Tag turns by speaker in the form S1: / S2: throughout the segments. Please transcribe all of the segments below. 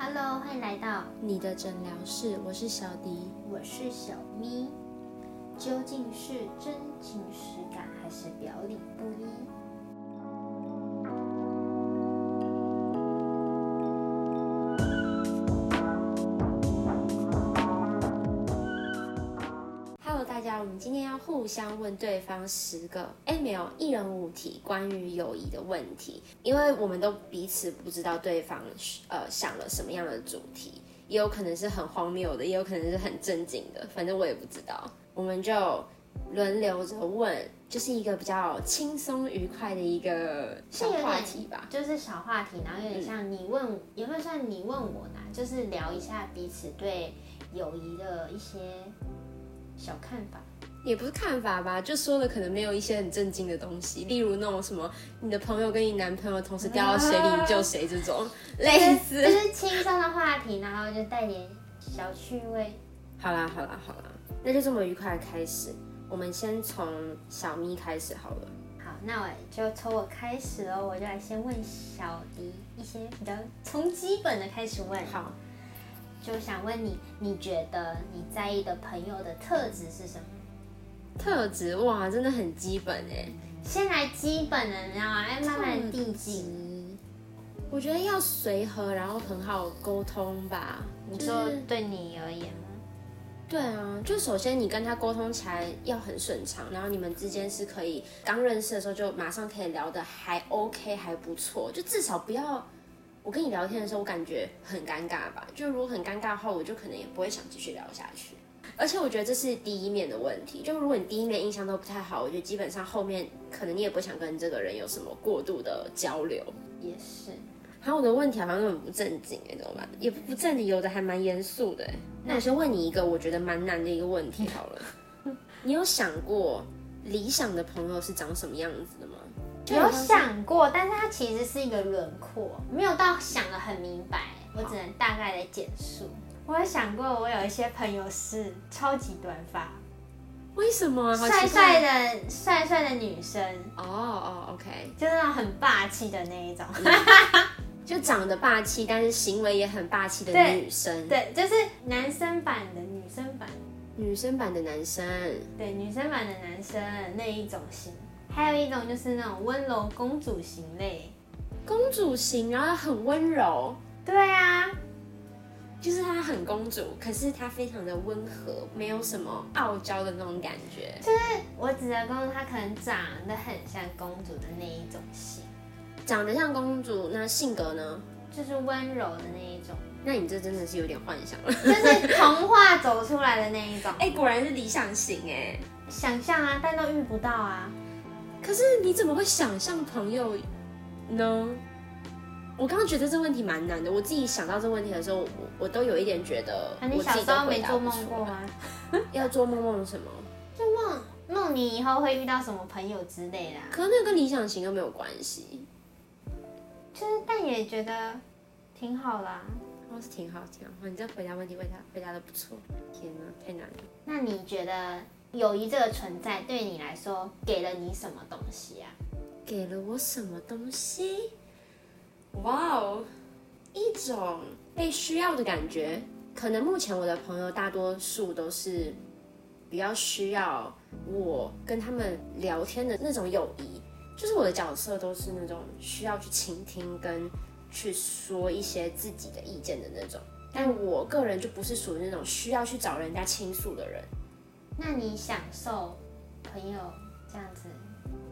S1: Hello，欢迎来到，
S2: 你的诊疗室，我是小迪。
S1: 我是小咪。究竟是真情实感还是表里不一？
S2: Hello，大家，我们今天要互相问对方十个，哎，没有，一人五题关于友谊的问题，因为我们都彼此不知道对方呃想了什么样的主题，也有可能是很荒谬的，也有可能是很正经的，反正我也不知道，我们就轮流着问，就是一个比较轻松愉快的一个小话题吧。
S1: 就是小话题，然后有点像你问，也不算你问我呢，就是聊一下彼此对友谊的一些小看法。
S2: 也不是看法吧，就说的可能没有一些很震惊的东西，例如那种什么你的朋友跟你男朋友同时掉到水里，你救谁这 种，类似。
S1: 就是轻松的话题，然后就带点小趣味。
S2: 好啦好啦好啦，那就这么愉快地开始。我们先从小咪开始好了。
S1: 好，那我就从我开始哦，我就来先问小迪一些比较从基本的开始问。
S2: 好，
S1: 就想问你，你觉得你在意的朋友的特质是什么？
S2: 特质哇，真的很基本哎、
S1: 先来基本的，你知道吗？哎，慢慢递进。
S2: 嗯，我觉得要随和，然后很好沟通吧。
S1: 你
S2: 就
S1: 说
S2: 是
S1: 对你而言吗？
S2: 对啊，就首先你跟他沟通起来要很顺畅，然后你们之间是可以刚认识的时候就马上可以聊得还 OK 还不错，就至少不要我跟你聊天的时候我感觉很尴尬吧，就如果很尴尬的话，我就可能也不会想继续聊下去。而且我觉得这是第一面的问题，就如果你第一面印象都不太好，我觉得基本上后面可能你也不想跟这个人有什么过度的交流。
S1: 也是。
S2: 还有我的问题好像很不正经哎、怎么办？也不正经，有的还蛮严肃的哎、那我先问你一个我觉得蛮难的一个问题好了，你有想过理想的朋友是长什么样子的吗？就
S1: 有
S2: 好像是
S1: 想过，但是它其实是一个轮廓，没有到想的很明白，我只能大概来简述。我有想过，我有一些朋友是超级短发，
S2: 为什么啊？好
S1: 帅
S2: 奇
S1: 帅
S2: 怪
S1: 的帅帅的女生，
S2: 哦哦，OK，
S1: 就是那种很霸气的那 一种。
S2: 就长得霸气，但是行为也很霸气的
S1: 对
S2: 女生，
S1: 对，就是男生版的女生版，
S2: 女生版的男生，
S1: 对女生版的男生那一种型。还有一种就是那种温柔公主型类。
S2: 公主型，然后很温柔，
S1: 对啊，
S2: 就是她很公主，可是她非常的温和，没有什么傲娇的那种感觉。
S1: 我指的公主，她可能长得很像公主的那一种型，
S2: 长得像公主，那性格呢？
S1: 就是温柔的那一种，
S2: 那你这真的是有点幻想了。
S1: 就是童话走出来的那一种。
S2: 哎、果然是理想型哎、
S1: 想象啊，但都遇不到啊。
S2: 可是你怎么会想象朋友呢？我刚刚觉得这问题蛮难的，我自己想到这问题的时候，我我都有一点觉得
S1: 啊，
S2: 我
S1: 你
S2: 自
S1: 小
S2: 己
S1: 时
S2: 都
S1: 候
S2: 回
S1: 没
S2: 答
S1: 做
S2: 不
S1: 梦
S2: 出
S1: 过啊
S2: 来。
S1: 吗？
S2: 要做梦梦什么？
S1: 就梦梦你以后会遇到什么朋友之类的、啊。
S2: 可那跟理想型又没有关系。
S1: 就是但也觉得挺好啦。
S2: 哦，是挺好，挺好。你这回答问题回答回答的不错。天哪，太难了。
S1: 那你觉得友谊这个存在对你来说给了你什么东西啊？
S2: 给了我什么东西？哇哦，一种被需要的感觉。可能目前我的朋友大多数都是比较需要我跟他们聊天的那种友谊，就是我的角色都是那种需要去倾听跟去说一些自己的意见的那种。但我个人就不是属于那种需要去找人家倾诉的人。
S1: 那你享受朋友这样子？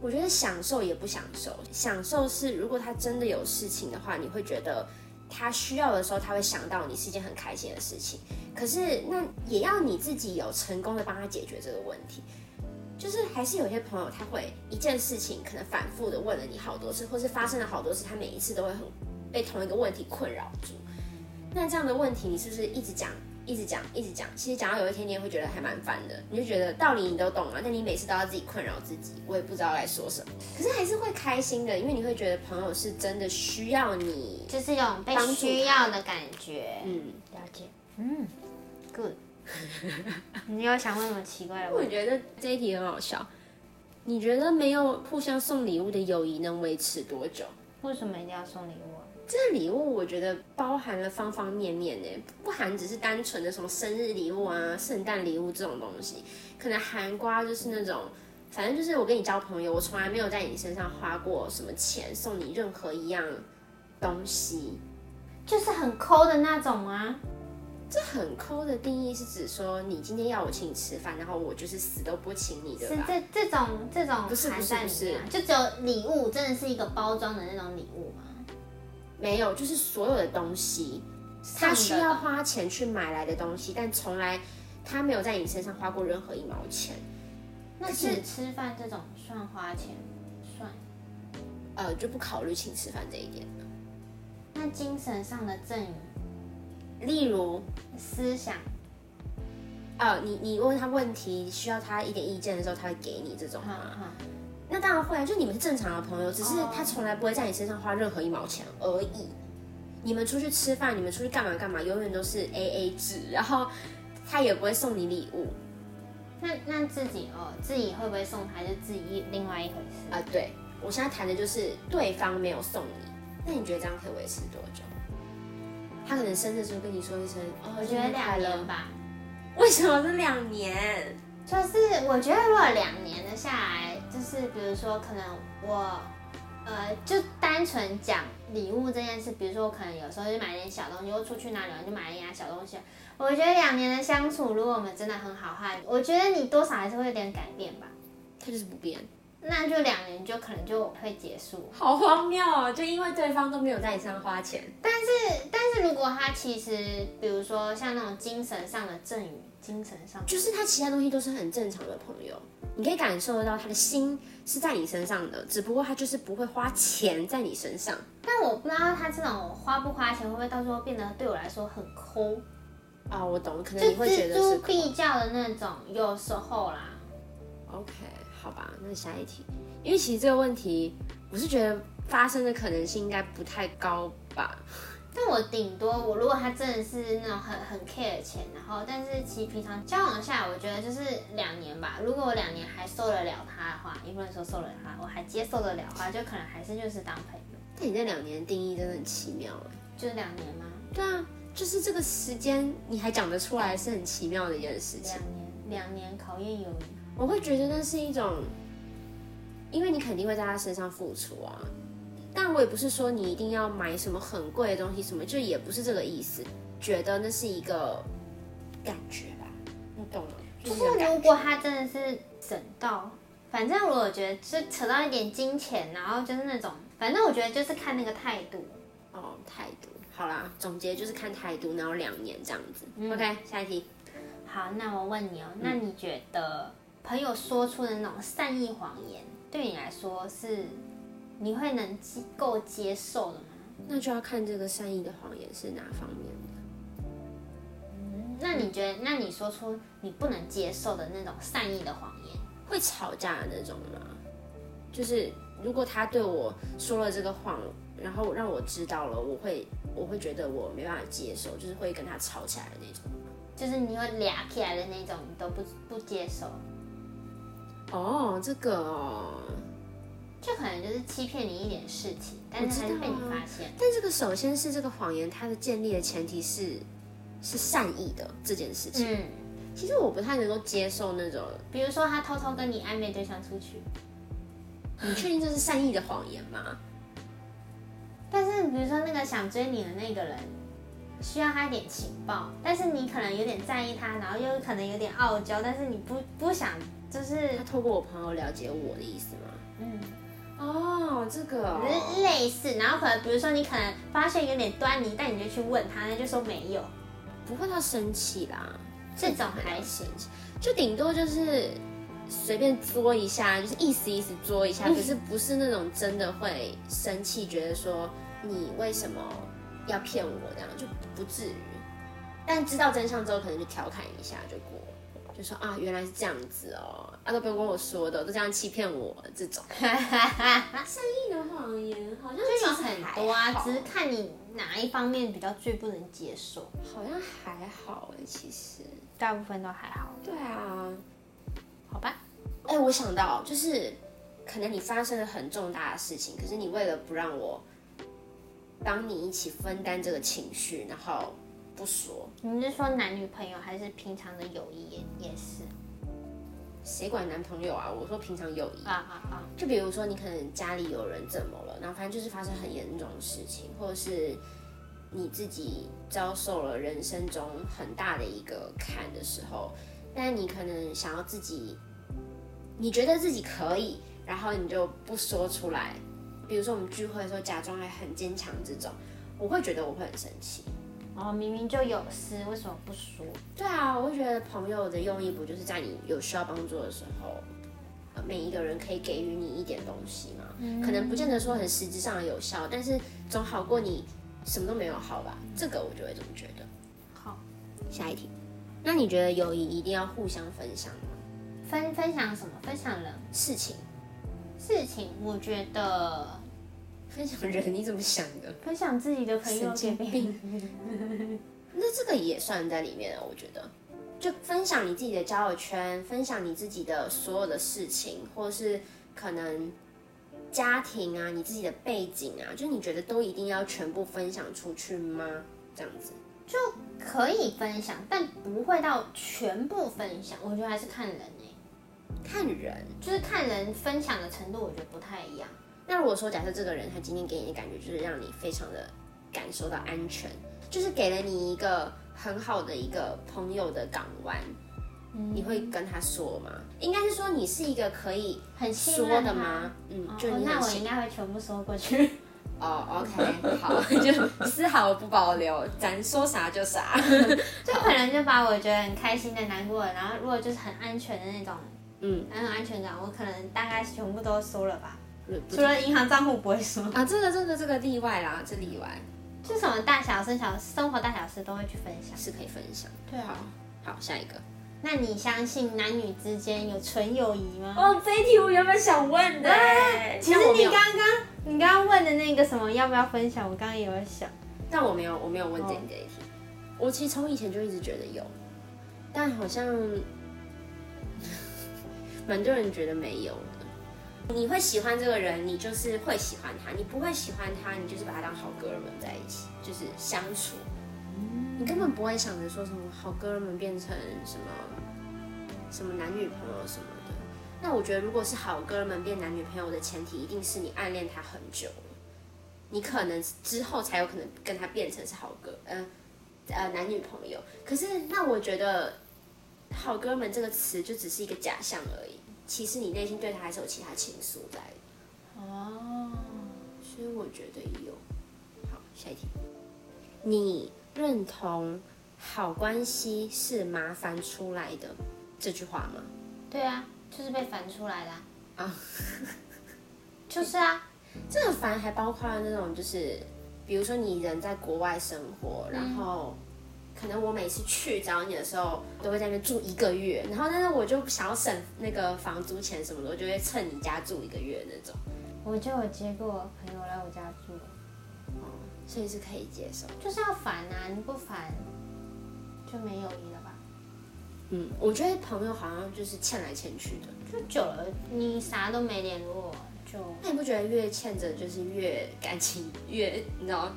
S2: 我觉得享受也不享受，享受是如果他真的有事情的话，你会觉得他需要的时候他会想到你是一件很开心的事情。可是那也要你自己有成功的帮他解决这个问题。就是还是有些朋友他会一件事情可能反复的问了你好多次，或是发生了好多次，他每一次都会很被同一个问题困扰住。那这样的问题，你是不是一直讲、一直讲、一直讲？其实讲到有一天，你也会觉得还蛮烦的，你就觉得道理你都懂了、但你每次都要自己困扰自己，我也不知道该说什么。可是还是会开心的，因为你会觉得朋友是真的需要你。
S1: 就是有种被
S2: 帮助
S1: 需要的感觉。
S2: 嗯，
S1: 了解。嗯，good。你有想问什么奇怪的
S2: 我
S1: 问题？
S2: 觉得这一题很好笑。你觉得没有互相送礼物的友谊能维持多久？
S1: 为什么一定要送礼物啊？
S2: 这礼物我觉得包含了方方面面呢，不含只是单纯的什么生日礼物啊、圣诞礼物这种东西，可能含瓜就是那种，反正就是我跟你交朋友，我从来没有在你身上花过什么钱，送你任何一样东西。
S1: 就是很抠的那种啊。
S2: 这很抠的定义是指说，你今天要我请你吃饭，然后我就是死都不请你，对
S1: 是
S2: 吧？
S1: 这这种这种
S2: 不是
S1: 含
S2: 不是
S1: 在
S2: 不
S1: 里
S2: 是
S1: 面啊，就只有礼物真的是一个包装的那种礼物吗？
S2: 没有，就是所有的东西，他需要花钱去买来的东西，但从来他没有在你身上花过任何一毛钱。
S1: 那
S2: 可是
S1: 请吃饭这种算花钱吗算？
S2: 呃，就不考虑请吃饭这一点。
S1: 那精神上的赠与，
S2: 例如，
S1: 思想
S2: 呃，你你问他问题，需要他一点意见的时候，他会给你这种啊
S1: 好
S2: 吗？
S1: 好
S2: 那当然会啊，就你们是正常的朋友，只是
S1: 哦
S2: 他从来不会在你身上花任何一毛钱而已。你们出去吃饭，你们出去干嘛干嘛，永远都是 A A 制，然后他也不会送你礼物
S1: 那那自己哦，自己会不会送他，就自己一另外一回事。
S2: 啊、对我现在谈的就是对方没有送你，那你觉得这样可以维持多久？他可能生日的时候跟你说一声，哦，
S1: 我觉得
S2: 生日快
S1: 两
S2: 乐
S1: 年，吧，
S2: 为什么是两年？
S1: 就是我觉得如果两年的下来，就是比如说可能我，呃，就单纯讲礼物这件事，比如说我可能有时候就买点小东西，或出去哪里玩就买一点小东西。我觉得两年的相处，如果我们真的很好的话，我觉得你多少还是会有点改变吧。
S2: 他就是不变。
S1: 那就两年就可能就会结束。
S2: 好荒谬哦！就因为对方都没有在你身上花钱，
S1: 但是如果他其实，比如说像那种精神上的赠与，精神上的
S2: 就是他其他东西都是很正常的朋友，你可以感受得到他的心是在你身上的，只不过他就是不会花钱在你身上。
S1: 但我不知道他这种花不花钱，会不会到时候变得对我来说很抠，
S2: 哦，我懂，可
S1: 就
S2: 能你会觉
S1: 锱
S2: 得
S1: 铢
S2: 是
S1: 必较的那种。有时候啦，
S2: OK，好吧，那下一题，因为其实这个问题，我是觉得发生的可能性应该不太高吧。
S1: 但我顶多我如果他真的是那种很很 care 钱，然后但是其实平常交往下来，我觉得就是两年吧。如果我两年还受得了他的话，也不能说受得了他，我还接受得了他，就可能还是就是当朋友，
S2: 但你这两年定义真的很奇妙哎。
S1: 就是两年吗？
S2: 对啊，就是这个时间你还讲得出来，是很奇妙的一件事情
S1: 两。年，两年考验友谊。
S2: 我会觉得那是一种，因为你肯定会在他身上付出啊。但我也不是说你一定要买什么很贵的东西，什么就也不是这个意思。觉得那是一个感觉吧，你懂吗？
S1: 就是
S2: 一种感觉
S1: 如果他真的是省到，反正我觉得是扯到一点金钱，然后就是那种，反正我觉得就是看那个态度。
S2: 哦态度，好啦，嗯总结就是看态度，然后两年这样子。OK，下一题，
S1: 好，那我问你哦，那你觉得朋友说出的那种善意谎言，对你来说是你会能接够接受的吗？
S2: 那就要看这个善意的谎言是哪方面的。
S1: 那你觉得，那你说出你不能接受的那种善意的谎言，
S2: 会吵架的那种吗？就是如果他对我说了这个谎，然后让我知道了，我会我会觉得我没办法接受，就是会跟他吵起来的那种。
S1: 就是你会俩起来的那种，你都不不接受，
S2: 哦，这个哦，
S1: 就可能就是欺骗你一点事情，但
S2: 我知
S1: 是还是
S2: 道
S1: 被你
S2: 啊
S1: 发现。
S2: 但这个首先是这个谎言，它的建立的前提是是善意的这件事情。
S1: 嗯。
S2: 其实我不太能够接受那种，
S1: 比如说他偷偷跟你暧昧对象出去，
S2: 你确定这是善意的谎言吗？
S1: 但是比如说那个想追你的那个人，需要他一点情报，但是你可能有点在意他，然后又可能有点傲娇，但是你不不想就是
S2: 他透过我朋友了解我的意思吗？
S1: 嗯
S2: 哦，这个、哦，
S1: 类似，然后可能比如说你可能发现有点端倪，但你就去问他，他就说没有，
S2: 不会到生气啦，
S1: 这种还行，
S2: 就顶多就是随便作一下，就是意思意思作一下，可是不是那种真的会生气，觉得说你为什么要骗我这样，就不至于。但知道真相之后，可能就调侃一下就过了，就说啊原来是这样子哦，啊都不用跟我说的，都这样欺骗我这种。善意的谎言好像
S1: 就有很多啊，只是
S2: 好
S1: 看你哪一方面比较最不能接受，
S2: 好像还好哎、其实。
S1: 大部分都还好，
S2: 对啊，
S1: 好吧？
S2: 哎、我想到就是，可能你发生了很重大的事情，可是你为了不让我帮你一起分担这个情绪，然后不说，
S1: 你是说男女朋友还是平常的友谊也也是？
S2: 谁管男朋友啊？我说平常友谊，
S1: 啊啊啊！
S2: 就比如说你可能家里有人怎么了，然后反正就是发生很严重的事情，或者是你自己遭受了人生中很大的一个坎的时候，但你可能想要自己，你觉得自己可以，然后你就不说出来。比如说我们聚会的时候假装还很坚强这种，我会觉得我会很生气。
S1: 哦，明明就有事，为什么不说？
S2: 对啊，我会觉得朋友的用意不就是在你有需要帮助的时候，呃每一个人可以给予你一点东西嘛？
S1: 嗯
S2: 可能不见得说很实质上的有效，但是总好过你什么都没有好吧？这个我就会这么觉得。
S1: 好，
S2: 下一题，那你觉得友谊一定要互相分享吗？
S1: 分分享什么？分享人
S2: 事情
S1: 事情，我觉得
S2: 分享人你怎么想的？
S1: 分享自己的朋友
S2: 神
S1: 给
S2: 经
S1: 别人。
S2: 病。那这个也算在里面啊，我觉得。就分享你自己的交友圈，分享你自己的所有的事情，或是可能家庭啊，你自己的背景啊，就你觉得都一定要全部分享出去吗？这样子，
S1: 可以分享，但不会到全部分享。我觉得还是看人哎、
S2: 看人。
S1: 就是看人分享的程度，我觉得不太一样。
S2: 那如果说假设这个人他今天给你的感觉就是让你非常的感受到安全，就是给了你一个很好的一个朋友的港湾，
S1: 嗯
S2: 你会跟他说吗？应该是说你是一个可以
S1: 很信
S2: 说
S1: 任
S2: 的
S1: 他
S2: 吗？？嗯
S1: 哦，
S2: 就你
S1: 那
S2: 很
S1: 我
S2: 信
S1: 应该会全部说过去。
S2: 哦，OK，好，就丝毫不保留，咱说啥就啥。
S1: 就可能就把我觉得很开心的、难过的，然后如果就是很安全的那种，
S2: 嗯，
S1: 很有安全感，我可能大概全部都说了吧，
S2: 不
S1: 除了银行账户不会说，
S2: 啊，这个这个这个例外啦，这例外
S1: 就什么大小事、小生活大小事都会去分享。
S2: 是可以分享。
S1: 对
S2: 好，好，下一个。
S1: 那你相信男女之间有纯友谊吗？
S2: 哦，这一题我原本想问的欸，
S1: 其实
S2: 但我没
S1: 你
S2: 有
S1: 刚刚你刚刚问的那个什么要不要分享，我刚刚也有想。
S2: 但我没有，我没有问这
S1: 哦
S2: 这一题。我其实从以前就一直觉得有，但好像 蛮多人觉得没有的。你会喜欢这个人，你就是会喜欢他；你不会喜欢他，你就是把他当好哥们在一起，就是相处。你根本不会想着说什么好哥们变成什么什么男女朋友什么的。那我觉得，如果是好哥们变男女朋友的前提，一定是你暗恋他很久了。你可能之后才有可能跟他变成是好哥，呃，呃，男女朋友。可是那我觉得“好哥们”这个词就只是一个假象而已，其实你内心对他还是有其他情愫在的，
S1: 哦，
S2: 所以我觉得有。好，下一题，你认同“好关系是麻烦出来的”这句话吗？
S1: 对啊，就是被反出来的啊、
S2: 啊，
S1: 就是啊，
S2: 这个烦还包括那种就是，比如说你人在国外生活，然后可能我每次去找你的时候，都会在那边住一个月，然后但是我就想要省那个房租钱什么的，我就会趁你家住一个月那种，
S1: 我就有接过朋友来我家住，
S2: 所以是可以接受。
S1: 就是要烦啊，你不烦就没友谊了吧？
S2: 嗯，我觉得朋友好像就是欠来欠去的，
S1: 就久了，你啥都没联络，就
S2: 那你不觉得越欠着就是越感情越你知道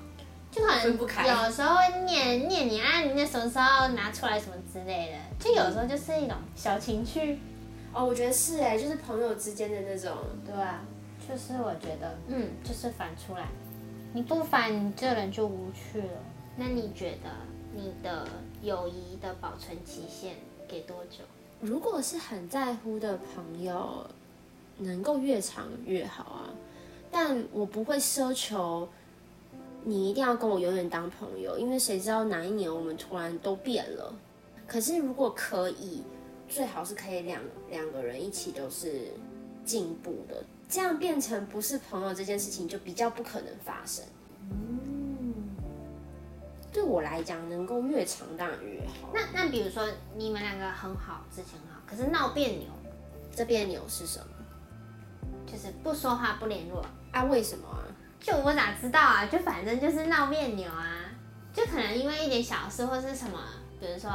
S1: 就可能
S2: 分不开
S1: 有时候会念念你啊，你那什么时候拿出来什么之类的，就有时候就是一种小情趣。
S2: 哦，我觉得是哎，就是朋友之间的那种，
S1: 对啊，就是我觉得，嗯，就是反出来，你不反，你这人就无趣了。那你觉得你的友谊的保存期限给多久？
S2: 如果是很在乎的朋友，能够越长越好啊。但我不会奢求你一定要跟我永远当朋友，因为谁知道哪一年我们突然都变了。可是如果可以，最好是可以两两个人一起都是进步的，这样变成不是朋友这件事情就比较不可能发生。
S1: 嗯
S2: 对我来讲，能够越长当然越好。
S1: 那那比如说你们两个很好，之前很好，可是闹别扭，
S2: 这别扭是什么
S1: 就是不说话不联络，
S2: 啊？为什么啊？
S1: 就我哪知道啊？就反正就是闹别扭啊，就可能因为一点小事或是什么，比如说，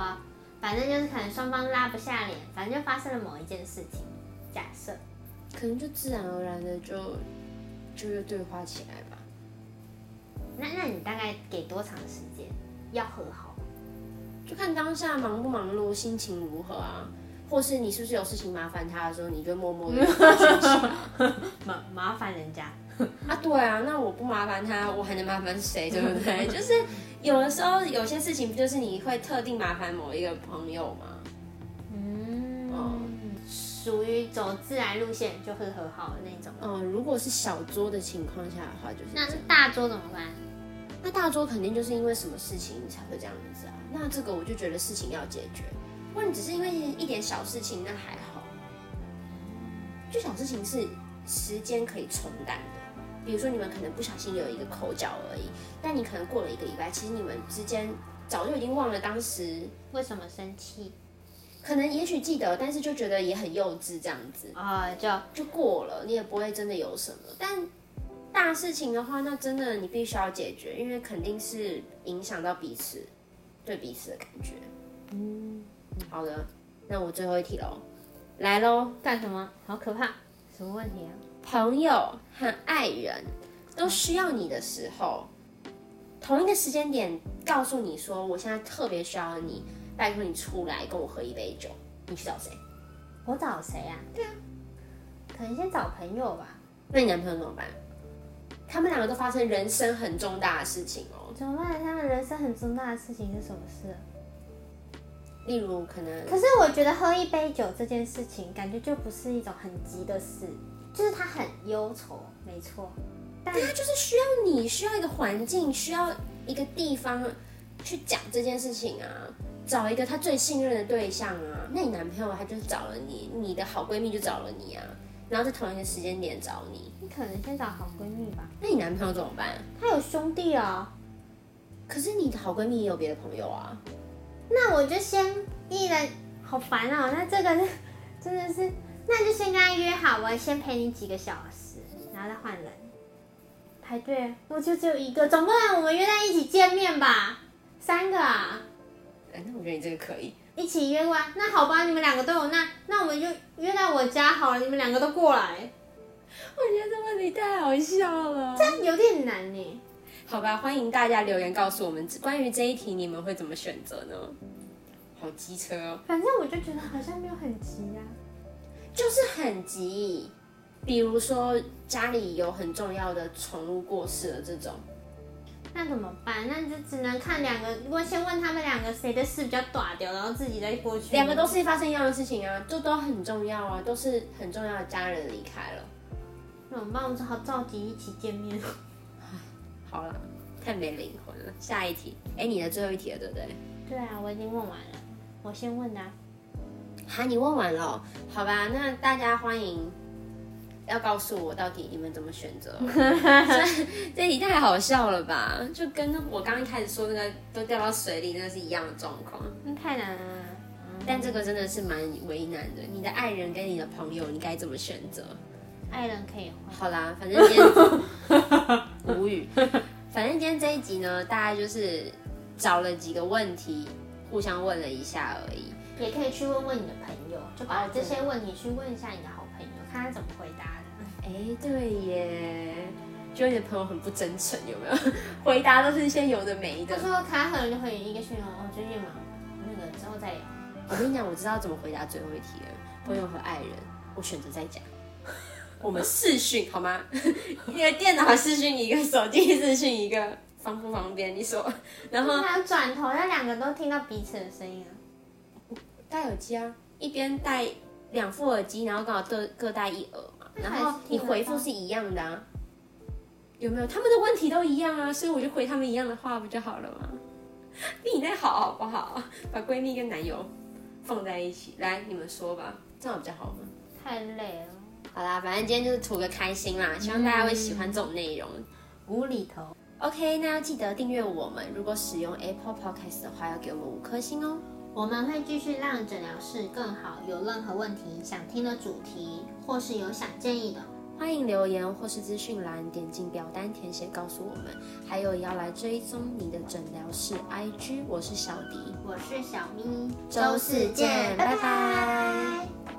S1: 反正就是可能双方拉不下脸，反正就发生了某一件事情。假设，
S2: 可能就自然而然的就就又对话起来吧。
S1: 那那你大概给多长时间要和好？
S2: 就看当下忙不忙碌，心情如何啊，或是你是不是有事情麻烦他的时候，你就默 默的
S1: 麻麻烦人家，
S2: 啊，对啊，那我不麻烦他，我还能麻烦谁，对不 对？就是有的时候有些事情，不就是你会特定麻烦某一个朋友吗？
S1: 嗯，属于走自然路线就是和好的那种。
S2: 嗯、如果是小桌的情况下的话，就是
S1: 那
S2: 这样
S1: 大桌怎么办？
S2: 那大桌肯定就是因为什么事情才会这样子啊？那这个我就觉得事情要解决，不然你只是因为一点小事情，那还好。就小事情是时间可以冲淡的，比如说你们可能不小心有一个口角而已，但你可能过了一个礼拜，其实你们之间早就已经忘了当时，
S1: 为什么生气？
S2: 可能也许记得，但是就觉得也很幼稚这样子。
S1: 啊、就
S2: 就过了，你也不会真的有什么。但大事情的话，那真的你必须要解决，因为肯定是影响到彼此对彼此的感觉。嗯，好的，那我最后一题喽，来喽，
S1: 干什么？好可怕！什么问题啊？
S2: 朋友和爱人都需要你的时候，同一个时间点告诉你说，我现在特别需要你，拜托你出来跟我喝一杯酒，你去找谁？
S1: 我找谁啊？对啊，可能先找朋友吧。
S2: 那你男朋友怎么办？他们两个都发生人生很重大的事情哦。
S1: 怎么办？他们人生很重大的事情是什么事啊？
S2: 例如可能
S1: 可是我觉得喝一杯酒这件事情，感觉就不是一种很急的事，就是他很忧愁，没错。但
S2: 对他啊就是需要你，需要一个环境，需要一个地方去讲这件事情啊，找一个他最信任的对象啊。那你男朋友他就是找了你，你的好闺蜜就找了你啊，然后在同一个时间点找你，
S1: 你可能先找好闺蜜吧，
S2: 那你男朋友怎么办？
S1: 她有兄弟哦。
S2: 可是你的好闺蜜也有别的朋友啊，
S1: 那我就先一人，好烦哦。那这个是 真的是，那就先跟他约好，我先陪你几个小时，然后再换人排队。我就只有一个，总不能我们约在一起见面吧？三个啊，
S2: 哎，那我觉得你这个可以。
S1: 一起约过来。那好吧，你们两个都有那，那我们就约到我家好了。你们两个都过来，
S2: 我觉得这问题太好笑了。
S1: 但有点难呢。
S2: 好吧，欢迎大家留言告诉我们关于这一题你们会怎么选择呢？好机车哦。
S1: 反正我就觉得好像没有很急啊。
S2: 就是很急，比如说家里有很重要的宠物过世了这种，
S1: 那怎么办？那就只能看两个，我先问他们两个谁的事比较短掉，然后自己再过去。
S2: 两个都是发生一样的事情啊，这都很重要啊，都是很重要的家人离开了。
S1: 那我们我只好召集一起见面。
S2: 好了，太没灵魂了。下一题，哎、你的最后一题了，对不对？
S1: 对啊，我已经问完了，我先问的啊、
S2: 哈，你问完了哦，好吧，那大家欢迎。要告诉我到底你们怎么选择？这这题太好笑了吧？就跟我刚一开始说那个都掉到水里那是一样的状况。
S1: 那太难了。嗯
S2: 但这个真的是蛮为难的。你的爱人跟你的朋友，你该怎么选 择？
S1: 爱人可以换，
S2: 好啦，反正今天无语。反正今天这一集呢，大概就是找了几个问题，互相问了一下而已。
S1: 也可以去问问你的朋友，就把这些问题去问一下你的好朋友，看哦他怎么回答的。
S2: 哎、对耶，觉得你的朋友很不真诚，有没有？ 回答都是一些有的没的
S1: 他。说卡很很一个讯号，我最近忙，那个之后再聊。
S2: 我跟你讲，我知道怎么回答最后一题了。朋友和爱人，我选择在家。我们视讯好吗？一个电脑视讯一个，手机视讯一个，方不方便？你说。然后
S1: 他转头，那两个都听到彼此的声音了。
S2: 戴耳机啊，一边戴两副耳机，然后刚好各各戴一耳嘛。然后你回复是一样的啊，有没有？他们的问题都一样啊，所以我就回他们一样的话不就好了吗？ 比你那好好不好？把闺蜜跟男友放在一起，来你们说吧，这样比较好吗？
S1: 太累了，
S2: 好啦，反正今天就是图个开心啦，希望大家会喜欢这种内容。
S1: 无厘头。
S2: OK，那要记得订阅我们。如果使用 Apple Podcast 的话，要给我们五颗星哦。
S1: 我们会继续让诊疗室更好。有任何问题、想听的主题，或是有想建议的，
S2: 欢迎留言或是资讯栏点进表单填写告诉我们，还有也要来追踪你的诊疗室 IG，我是小迪，
S1: 我是小咪，
S2: 周四见拜拜
S1: 拜拜